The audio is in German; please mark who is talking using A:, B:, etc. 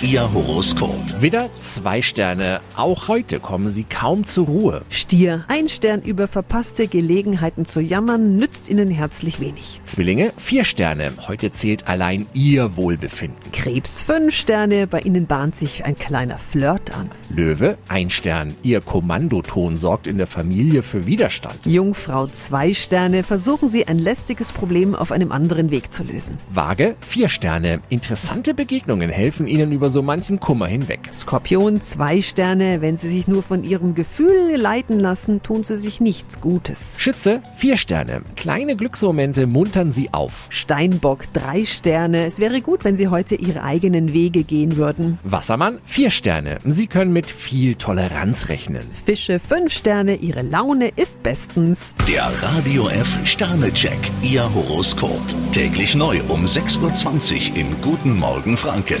A: Ihr Horoskop.
B: Widder, zwei Sterne. Auch heute kommen Sie kaum zur Ruhe.
C: Stier, ein Stern über verpasste Gelegenheiten zu jammern, nützt Ihnen herzlich wenig.
B: Zwillinge, vier Sterne. Heute zählt allein Ihr Wohlbefinden.
C: Krebs, fünf Sterne, bei Ihnen bahnt sich ein kleiner Flirt an.
B: Löwe, ein Stern. Ihr Kommandoton sorgt in der Familie für Widerstand.
C: Jungfrau, zwei Sterne, versuchen Sie ein lästiges Problem auf einem anderen Weg zu lösen.
B: Waage, vier Sterne. Interessante Begegnungen helfen Ihnen über so manchen Kummer hinweg.
C: Skorpion, zwei Sterne, wenn Sie sich nur von Ihrem Gefühl leiten lassen, tun Sie sich nichts Gutes.
B: Schütze, vier Sterne. Kleine Glücksmomente muntern Sie auf.
C: Steinbock, drei Sterne, es wäre gut, wenn Sie heute Ihre eigenen Wege gehen würden.
B: Wassermann, vier Sterne. Sie können mit viel Toleranz rechnen.
C: Fische, fünf Sterne, Ihre Laune ist bestens.
A: Der Radio F Sternecheck. Ihr Horoskop. Täglich neu um 6.20 Uhr im Guten Morgen Franken.